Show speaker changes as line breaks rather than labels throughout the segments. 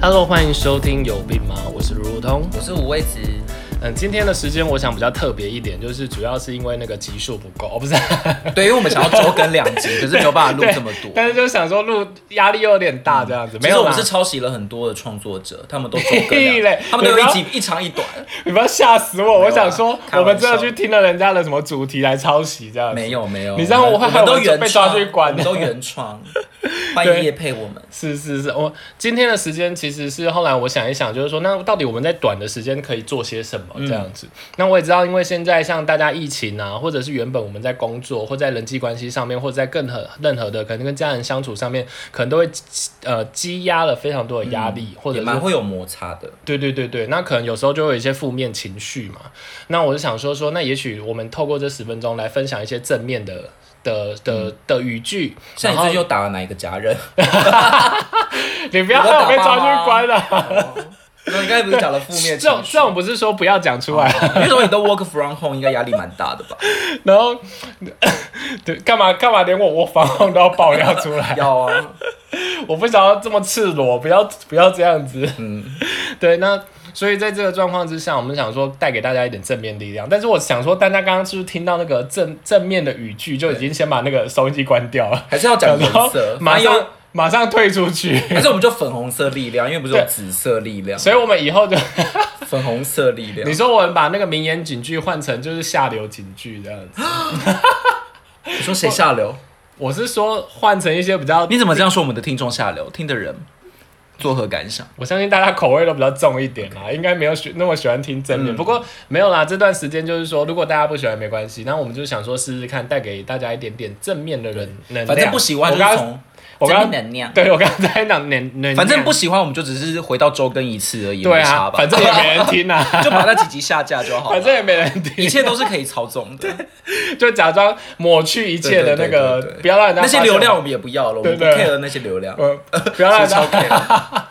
Hello，欢迎收听有病吗？我是如如通。
我是五味子，
嗯，今天的时间我想比较特别一点，就是主要是因为那个集数不够，哦，不是，
对，因为我们想要周更两集，可是没有办法 录
对
这么多。
但是就想说录压力又有点大这样子，没
其实
有
我
啦
们是抄袭了很多的创作者，他们都周更
屁嘞
两集，他们都有一
你
集一长一短，
你不要吓死我！我想说，
啊开
我
玩笑
们真的去听了人家的什么主题来抄袭这样子，
没有没有，
你这样
我
我会
们
害
们都
我
原
被
创
抓去关
我们都原 创，欢
对
迎叶配我们。
是是是，我今天的时间其实是后来我想一想，就是说，那到底我们在短的时间可以做些什么这样子？那我也知道，因为现在像大家疫情啊，或者是原本我们在工作或在人际关系上面，或者在更何任何的可能跟家人相处上面，可能都会呃积压了非常多的压力，或者
嗯也
是
蛮会有摩擦的，
对对对对，那可能有时候就会有一些负面情绪嘛。那我就想说说，那也许我们透过这十分钟来分享一些正面的的的
嗯
的语句，
像你
然后
最近又打了哪一个家人？
你不要害我被抓去关了。
那你刚才不是讲了负面
这种
情
这？
绪哦
种不是说不要讲出来，
因 为说你都 work from home，应该压力蛮大的吧？
然后 对干嘛干嘛连我我防控都要爆料出 来，
要啊，
我不想要这么赤裸，不要不要这样子。
嗯，
对，那所以在这个状况之下，我们想说带给大家一点正面力量，但是我想说大家刚刚是不是听到那个正正面的语句，就已经先把那个收音机关掉 了，
还是要讲
然
颜
后
色，
马
马上
上马上退出 去。
还是我们就粉红色力量，因为不是有
对
紫色力量，
所以，我们以 后就
粉红色力
你
量。
说我们把那个名言警句换成就是下流警句这样子，
你说谁下流？
我是说换成一些比较
你怎么这样说我们
哦
的听众下流？听的人作何感想？
我相信大家口味都比较重一点啦，应该没有喜那么喜欢听正
嗯
面。不过没有啦，这段时间就是说，如果大家不喜欢没关系，那我们就想说试试看，带给大家一点点正面的人能量。
反正不喜欢
我
就
刚
是
刚
从
我刚
正面能量
对我刚刚在讲能能，
反正不喜欢，我们就只是回到周更一次而已，
对
没差
啊，
吧
反正也没人听啊，
就把那几集下架就好了。
反正也没人听，
一切都是可以操纵的，
就假装抹去一切的那个
对对对对，对
不要让人家
那些
发现
流量我们也不要了，我们不
对对
care 那些流量，
我，呃，不要让人
其实超
家
care。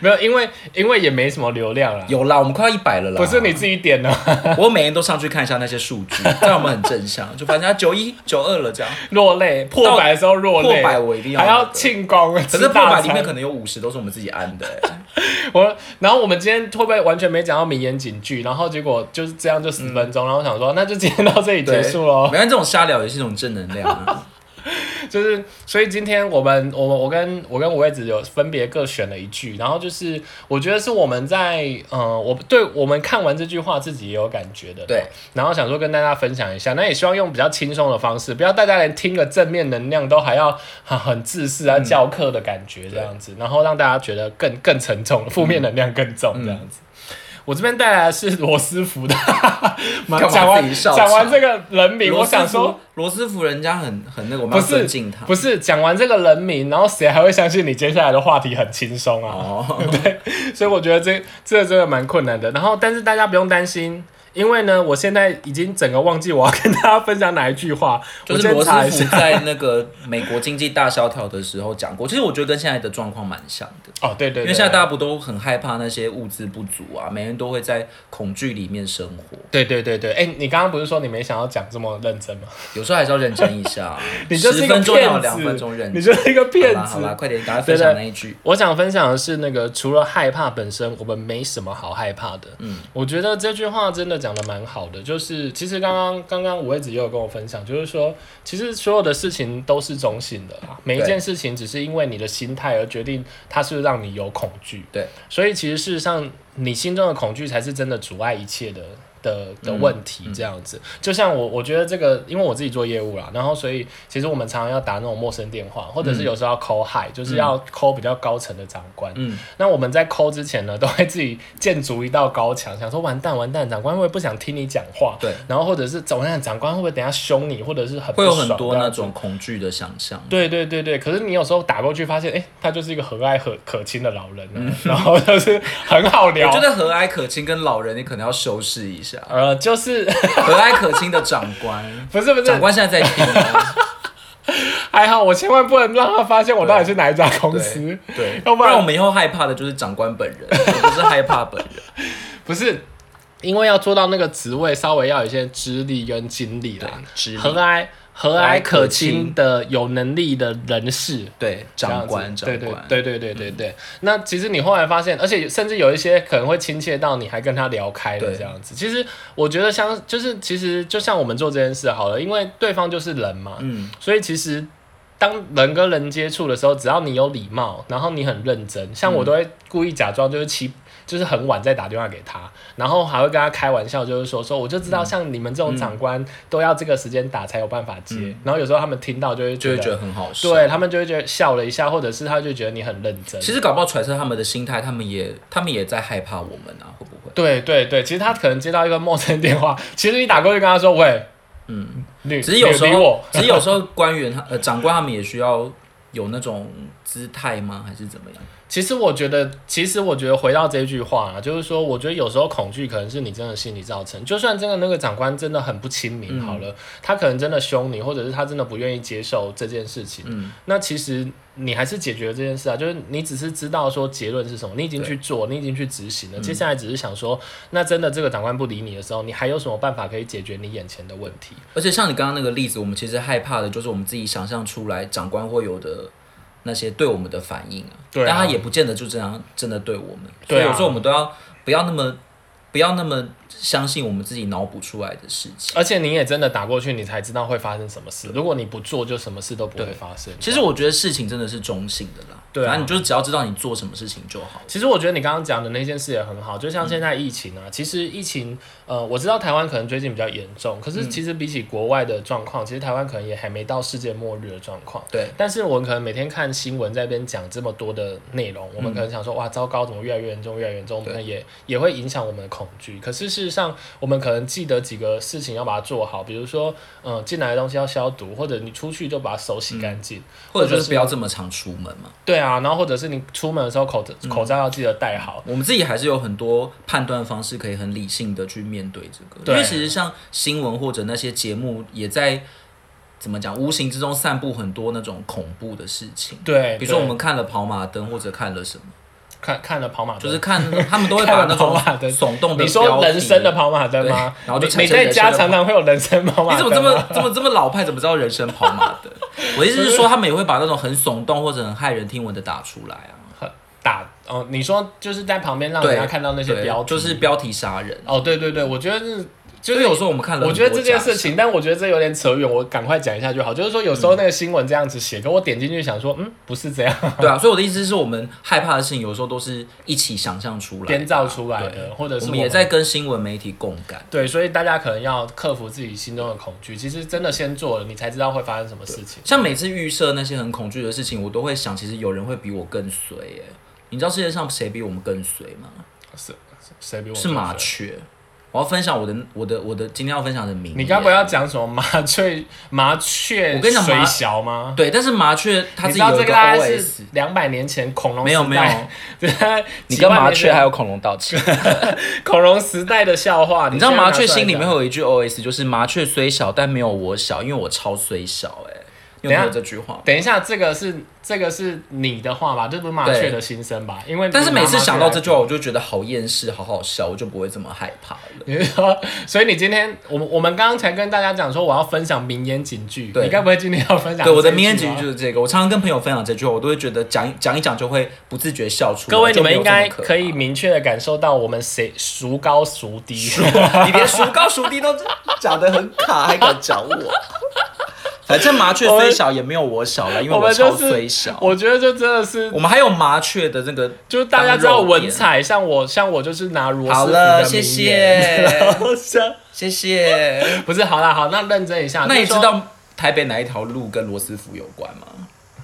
没有，因为因为也没什么流量啦。
有啦，我们快要一百了啦。
不是你，自己点的，
我每天都上去看一下那些数据， 但我们很正向，就反正九一九二了这样。
落泪破百的时候落泪，啊
破百我一定要
还
那
要
个
庆功，
可
吃
是破
大
百里
餐
面可能有五十都是我们自己按的、欸，
我，然后我们今天会不会完全没讲到名言警句？然后结果就是这样，就十分钟。然后我想说，那就今天到这里 结
对
束喽。
没关系，这种瞎聊也是一种正能量、啊。
就是，所以今天我们，我们，我跟我跟五位子有分别各选了一句。然后就是，我觉得是我们在，呃，我对我们看完这句话自己也有感觉的。
对。
然后想说跟大家分享一下，那也希望用比较轻松的方式，不要大家连听个正面能量都还要很很自私
嗯
啊、教课的感觉这样子，然后让大家觉得更更沉重，负
嗯
面能量更重这样子。我这边带来的是罗斯福的，
嘛
讲完
自己笑
讲完
场
这个人名，我
罗斯
想
福
说，
罗斯福人家很很那个，我们
不
要尊
是
敬他。
不是讲完这个人名，然后谁还会相信你接下来的话题很轻松啊？
哦，
所以我觉得这这真的蛮困难的。然后，但是大家不用担心，因为呢，我现在已经整个忘记我要跟大家分享哪一句话，
就
我
是
先
罗斯
查一
福
下。
在那个美国经济大萧条的时候讲过，其实我觉得跟现在的状况蛮像的，
哦，对对对，
因为现在大家不都很害怕那些物资不足啊，每人都会在恐惧里面生活，
对对对对，哎、你刚刚不是说你没想要讲这么认真吗？
有时候还是要认真一下、啊
，你就是
十
一个
分钟要有
骗
两分钟
子，
认
你
真。
就是一个骗
好啦好啦，
子。
快点，赶快分
对
享
对
那一句。
我想分享的是那个，除了害怕本身，我们没什么好害怕的。嗯，我觉得这句话真的讲的蛮好的，就是其实刚刚刚刚五位子也有跟我分享，就是说，其实所有的事情都是中性的啦，每一
对
件事情只是因为你的心态而决定它是不是让你有恐惧。
对，
所以其实事实上，你心中的恐惧才是真的阻碍一切的。的的
嗯
问题这样子，就像我我觉得这个，因为我自己做业务啦，然后所以其实我们常常要打那种陌生电话，或者是有时候要 call high，、就是要 call 比较高层的长官。
嗯
那我们在抠之前呢， 都会自己建筑一道高墙，想说完蛋完蛋，长官会不会不想听你讲话？
对。
然后或者是怎么样，长官会不会等一下凶你，或者是很不
会有很
爽啊
多
这
那
样子
种恐惧的想象。
对对对对，可是你有时候打过去发现，哎、他就是一个和蔼可可亲的老人、啊， 然后就是很好聊。
我觉。得和蔼可亲跟老人，你可能要修饰一下
呃，就是，
和蔼可亲的长官
不是不
长
是，
官现在在听哦，
还好我千万不能让他发现我到底是哪一家公司
对，对，
要不然
不然我们以后害怕的就是长官本人， 而不是害怕本 人。啊
不是，因为要做到那个职位，稍微要有一些资历跟经历啦。
直
和蔼和蔼可亲的、有能力的人士。
对，长官，
这
长
样子
官，嗯
对对对对对对对。那其实你后来发现，而且甚至有一些可能会亲切到你还跟他聊开了
对
这样子。其实我觉得像就是其实就像我们做这件事好了，因为对方就是人嘛，
嗯，
所以其实当人跟人接触的时候，只要你有礼貌，然后你很认真，像我都
嗯
会故意假装就是七。就是很晚再打电话给他，然后还会跟他开玩笑，就是说说我就
嗯
知道像你们这种长官都要这个时间打才有办法接，然后有时候他们听到就会
嗯就
觉
会
得
觉得很好笑。
对他们就会觉得笑了一下，或者是他就觉得你很认真。
其实搞不好揣测他们的心态，他们也他们也在害怕我们啊，会不会？
对对对，其实他可能接到一个陌生电话，其实你打过去跟他说喂，嗯，你
只是有
你
时
理
候
我，
只是有时候官员他呃长官他们也需要有那种姿态吗？还是怎么样？
其实我觉得，其实我觉得回到这句话、啊，就是说，我觉得有时候恐惧可能是你真的心理造成。就算真的那个长官真的很不亲
嗯
民，好了，他可能真的凶你，或者是他真的不愿意接受这件事情，
嗯
那其实你还是解决了这件事啊，就是你只是知道说结论是什么，你已经去做，你已经去执行
嗯
了。接下来只是想说，那真的这个长官不理你的时候，你还有什么办法可以解决你眼前的问题？
而且像你刚刚那个例子，我们其实害怕的就是我们自己想象出来长官会有的那些对我们的反应啊，
对啊
但他也不见得就这样真的对我们，
对啊
所以有时候我们都要不要那么不要那么相信我们自己脑补出来的事情。
而且你也真的打过去，你才知道会发生什么事。如果你不做，就什么事都不会发生。
其实我觉得事情真的是中性的啦，
对啊
反正你就是只要知道你做什么事情就好。
其实我觉得你刚刚讲的那件事也很好，就像现在疫情啊，其实疫情，呃，我知道台湾可能最近比较严重，可是其实比起国外的状况，其实台湾可能也还没到世界末日的状况。
对，
但是我们可能每天看新闻在那边讲这么多的内容，我们可能想说，哇，糟糕，怎么越来越严重，越来越严重，我们可能也也会影响我们的恐惧。可是事实上，我们可能记得几个事情要把它做好，比如说，嗯、进来的东西要消毒，或者你出去就把手洗干净。
或者就是不要这么常出门嘛。
对啊，然后或者是你出门的时候口口罩要记得戴好。
我们自己还是有很多判断方式，可以很理性的去面对这个。
对
因为其实像新闻或者那些节目，也在怎么讲，无形之中散布很多那种恐怖的事情。
对，
比如说
对
我们看了跑马灯，或者看了什么，
看看了跑马灯，
就是看 他们都会把那
看了
种
跑马灯
耸动的
你说
标题
人生的跑马灯吗？
对然后就
你
产
你
生
在
人
家
生的
常常会有人生跑马
你怎
灯吗，
么这么这么这么老派？怎么知道人生跑马 灯？我的意思是说，他们也会把那种很耸动或者很骇人听闻的打出来啊。
打？哦，你说就是在旁边让
对
人家看到那些
对
标题，
就是标题杀人。
哦，对对对，我觉得是，就
就是
是
有时候我们看了，
我觉得这件事。情，但我觉得这有点扯远，我赶快讲一下就好。就是说，有时候那个新闻这样子写，可我点进去想说，嗯，不是这样
对啊，所以我嗯的意思是我们害怕的事情，有时候都是一起想象出来的、
编造出来
啊对
的，或者是
我们也在跟新闻媒体共感。
对，所以大家可能要克服自己心中的恐惧。其实真的先做了，你才知道会发生什么事情。
像每次预设那些很恐惧的事情，我都会想，其实有人会比我更衰耶、你知道世界上谁比我们更衰吗？
是是谁比我
是
们
麻
更衰？
雀。我要分享我的我的我的今天要分享的名言。
你该不要讲什么麻雀麻雀？
我跟你讲
水
麻
小吗？
对，但是麻雀它
你
自
知
己有
道这
一
个
个
大概
OS，
是两百年前恐龙
没有没有，
有，
你跟麻
啊几万
雀
年
还有恐龙道 歉。
前恐龙时代的笑话。
你知道
现在拿
麻雀
出来
心里
讲
面会有一句 OS，就是麻雀虽小，但没有我小，因为我超虽小、哎，你有听
等一
过
下
这句话吗？
等一下，这个是这个是你的话吧？这不是麻雀的心声吧？因为
但是每次想到这句
话，
话，我就觉得好厌世，好好笑，我就不会这么害怕了。
你是说， 所以你今天我们我们刚刚才跟大家讲说我要分享名言警句，
对
你该不会今天要分享？
对，我的名言警句。就是这个。我常常跟朋友分享这句话，我都会觉得讲一讲一讲就会不自觉笑出来。
各位，你
就没
们
有
应该
这么
可以
怕。
明确的感受到我们谁孰高孰低。
你连孰高孰低都 讲得很卡，还敢讲我？反正麻雀虽小也没有我小了，因为
我们就
超
是
虽小。
我觉得这真的是
我，们还有麻雀的那个，
就是大家知道
当肉
文
点
采，像我像我就是拿罗斯
好
福
了，
的
谢
名言，
谢，
好像
谢谢。
不是好啦好，那认真一下。
那你
就
知
说
道台北哪一条路跟罗斯福有关吗？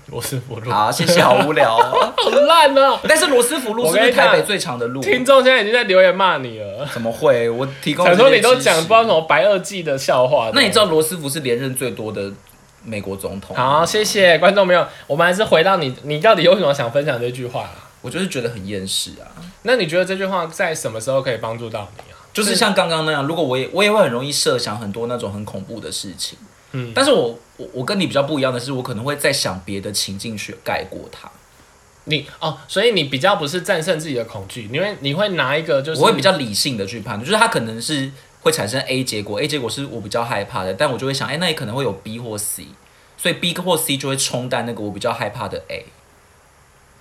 罗斯福路
好，谢谢，好无聊哦。
好烂啊！
但是罗斯福路是不
我跟
是
你讲
台北最长的路？
听众现在已经在留言骂你了。
怎么会？我提供
想说
这些
你都
知识
讲不知道什么白垩纪的笑话，
那你知道罗斯福是连任最多的美国总统？
好，谢谢观众朋友，我们还是回到你，你到底为什么想分享这句话、啊
我就是觉得很厌世啊。
那你觉得这句话在什么时候可以帮助到你啊？
就是像刚刚那样，如果我也我也会很容易设想很多那种很恐怖的事情，
嗯
但是我我我跟你比较不一样的是，我可能会再想别的情境去盖过它，
你哦，所以你比较不是战胜自己的恐惧，你会你会拿一个就是
我会比较理性的去判断，就是它可能是会产生 A 结果，A 结果是我比较害怕的，但我就会想，哎、那也可能会有 B 或 C，所以 B 或 C 就会冲淡那个我比较害怕的 A，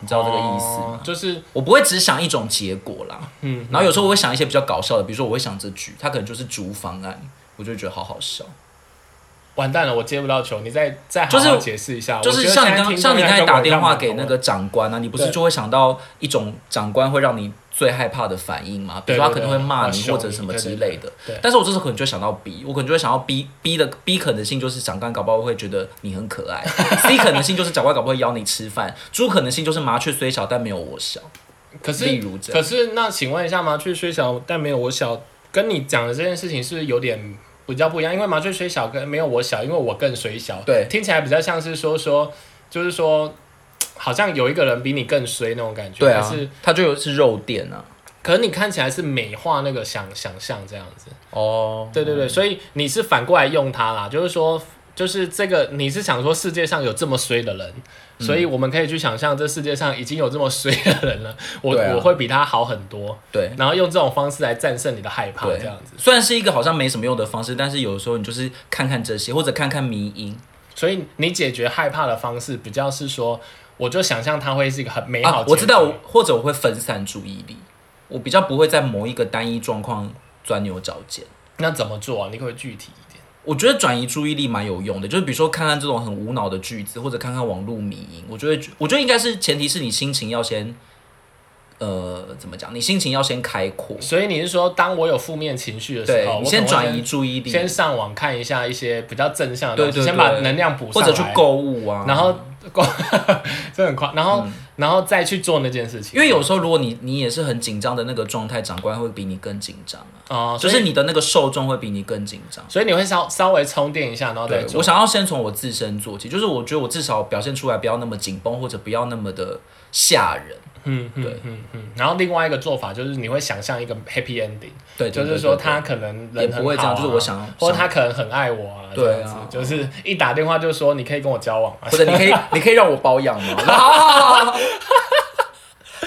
你知道这个意思吗？
哦就是
我不会只想一种结果啦，
嗯，
然后有时候我会想一些比较搞笑的，比如说我会想这局，它可能就是竹方案，我就会觉得好好笑。
完蛋了，我接不到球，你再再好
就是
好解释一下。
就是像你刚像你刚才打电话给那个长官啊，你不是
对
就会想到一种长官会让你最害怕的反应吗？比
对
如说他可能会
对对
骂
对
你
对
或者什么之类的
对对对。
但是我这时候可能就想到 B，我可能就会想到 B B 的 B 可能性就是长官搞不好会觉得你很可爱 ，C 可能性就是长官搞不好会邀你吃饭，猪可能性就是麻雀虽小但没有我小。
可是
例如这样
可是那请问一下，麻雀虽小但没有我小，跟你讲的这件事情是不是有点比较不一样，因为麻雀虽小跟没有我小，因为我更虽小，
对
听起来比较像是说说，就是说。好像有一个人比你更衰那种感觉，
对啊
还是，
它就有是肉垫啊。
可是你看起来是美化那个想想象这样子，
哦，
对对对，所以你是反过来用它啦，就是说，就是这个你是想说世界上有这么衰的人，
嗯
所以我们可以去想象这世界上已经有这么衰的人了，我、
对啊
我会比他好很多，
对。
然后用这种方式来战胜你的害怕，
对，
这样子。
虽然是一个好像没什么用的方式，但是有时候你就是看看这些，或者看看迷音，
所以你解决害怕的方式比较是说，我就想象它会是一个很美好、
啊。我知道，我，或者我会分散注意力，我比较不会在某一个单一状况钻牛角尖。
那怎么做啊？你可不可以具体一点？
我觉得转移注意力蛮有用的，就是比如说看看这种很无脑的句子，或者看看网络迷音，我觉得我觉得应该是前提是你心情要先，呃，怎么讲？你心情要先开阔，
所以你是说，当我有负面情绪的
对
时候，
你
我可能
先
会
转移注意力，
先上网看一下一些比较正向的东
对
西，
对对，
先把能量补上
或
来，
者去购物啊，
然后这很快，然后、然后再去做那件事情，
嗯因为有时候如果你你也是很紧张的那个状态，长官会比你更紧张啊，
哦，
就
所以
是你的那个受众会比你更紧张。
所以你会稍稍微充电一下，然后再
对，
做。
我想要先从我自身做起，就是我觉得我至少表现出来不要那么紧绷，或者不要那么的吓人。
嗯嗯嗯嗯，然后另外一个做法就是你会想象一个 happy ending，
对，对
就是说他可能人
也
很
不会这
好
样
啊，
就是我想
或者他可能很爱我啊，
对
这
啊
样子，就是一打电话就说你可以跟我交往 啊，
对对对或者你 可以你可以让我保养吗？好好好好 好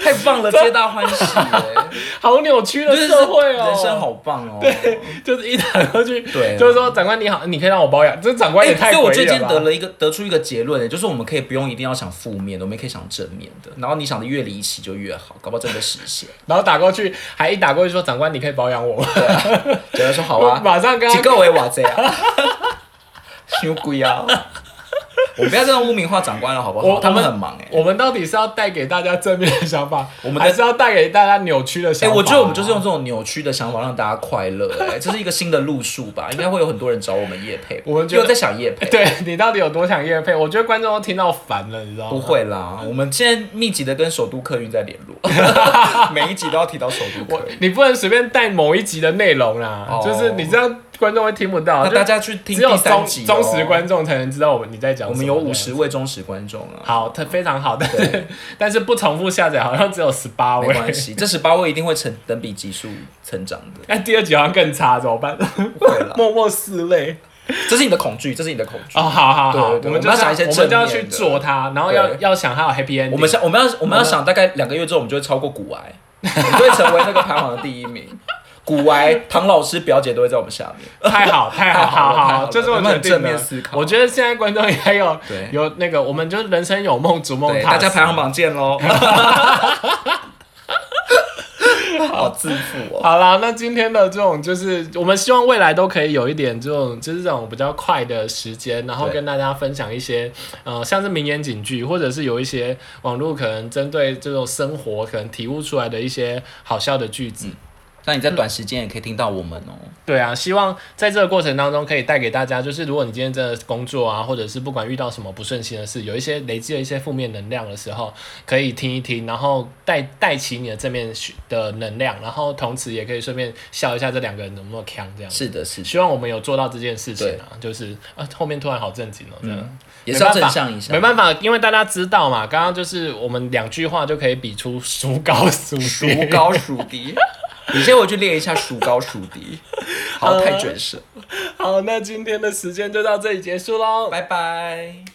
太棒了，皆大欢喜耶！
好扭曲的
就是
社会哦，
人生好棒哦。对，
就是一打过去，
对啊哎
就是说长官你好，你可以让我保养，这长官也太
所以我
诡
最
异
近
了
得
吧。
了一个得出一个结论，也就是我们可以不用一定要想负面的，我们也可以想正面的。然后你想的越离奇就越好，搞不好真的实现。
然后打过去，还一打过去说长官你可以保养我吗？
有人说好
我
啊，
马上跟他
几个为瓦这啊， 牛鬼啊！我们不要这样污名化长官了，好不
我
好？他们很忙哎、欸。
我哦们到底是要带给大家正面的想法，
我们
还是要带给大家扭曲的
哎、
想法？啊
我觉得我们就是用这种扭曲的想法让大家快乐、哎，这是一个新的路数吧？应该会有很多人找我们叶配，
我们觉得
又在想叶配，
对你到底有多想夜配？我觉得观众都听到烦了，你知道
不
吗？
会啦，我们现在密集的跟首都客运在联络， 每一集都要提到首都
我
客运。
你不能随便带某一集的内容啦，
哦
就是你这样观众会听不到。
那
就
大家去听
只有
第三
忠
集、哦，
忠实观众才能知道我们你在讲什么。
我们有
这样
五十位忠实观众啊，
好，它非常 好，但是但是不重复下载好像只有十八
没
位。
关系，这十八位一定会成等比级数成长的。
那第二集好像更差，怎么办？
不会 啦，
默默拭泪。
这是你的恐惧，这是你的恐惧。
哦，好好好，
对对对
我们
我们
就
要
是
想一些
我们就要
正
去
面的
做它，然后要
对
要想它有 happy ending。
我们想，我们要，我们要想，大概两个月之后，我们就会超过古癌，我们就会成为那个排行榜的第一名。古癌、唐老师、表姐都会在我们下面。
太 好，太好，
太好
好
了太好
好，
了
这是我
我们
决
很
定的
正面思考
我觉得现在观众应该有
对
有那个，我们就是人生有梦，逐梦
对，
踏实
大家排行。榜见喽！好自负哦。
好啦，那今天的这种就是，我们希望未来都可以有一点这种，就是这种比较快的时间，然后
对
跟大家分享一些，呃，像是名言警句，或者是有一些网络可能针对这种生活可能体悟出来的一些好笑的句子。
那你在短时间也可以听到我们哦。
对啊，希望在这个过程当中可以带给大家，就是如果你今天真的工作啊，或者是不管遇到什么不顺心的事，有一些累积了一些负面能量的时候，可以听一听，然后带带起你的正面的能量，然后同时也可以顺便笑一下这两个人能不能扛这样。
是的，是的，
希望我们有做到这件事情啊，就是啊，后面突然好正经哦、这样。
也是要正向一下
没。办法，因为大家知道嘛，刚刚就是我们两句话就可以比出孰高 孰低，
孰高孰低，你先回去练一下孰高孰低。好，太卷舌。
好，那今天的时间就到这里结束喽，
拜拜。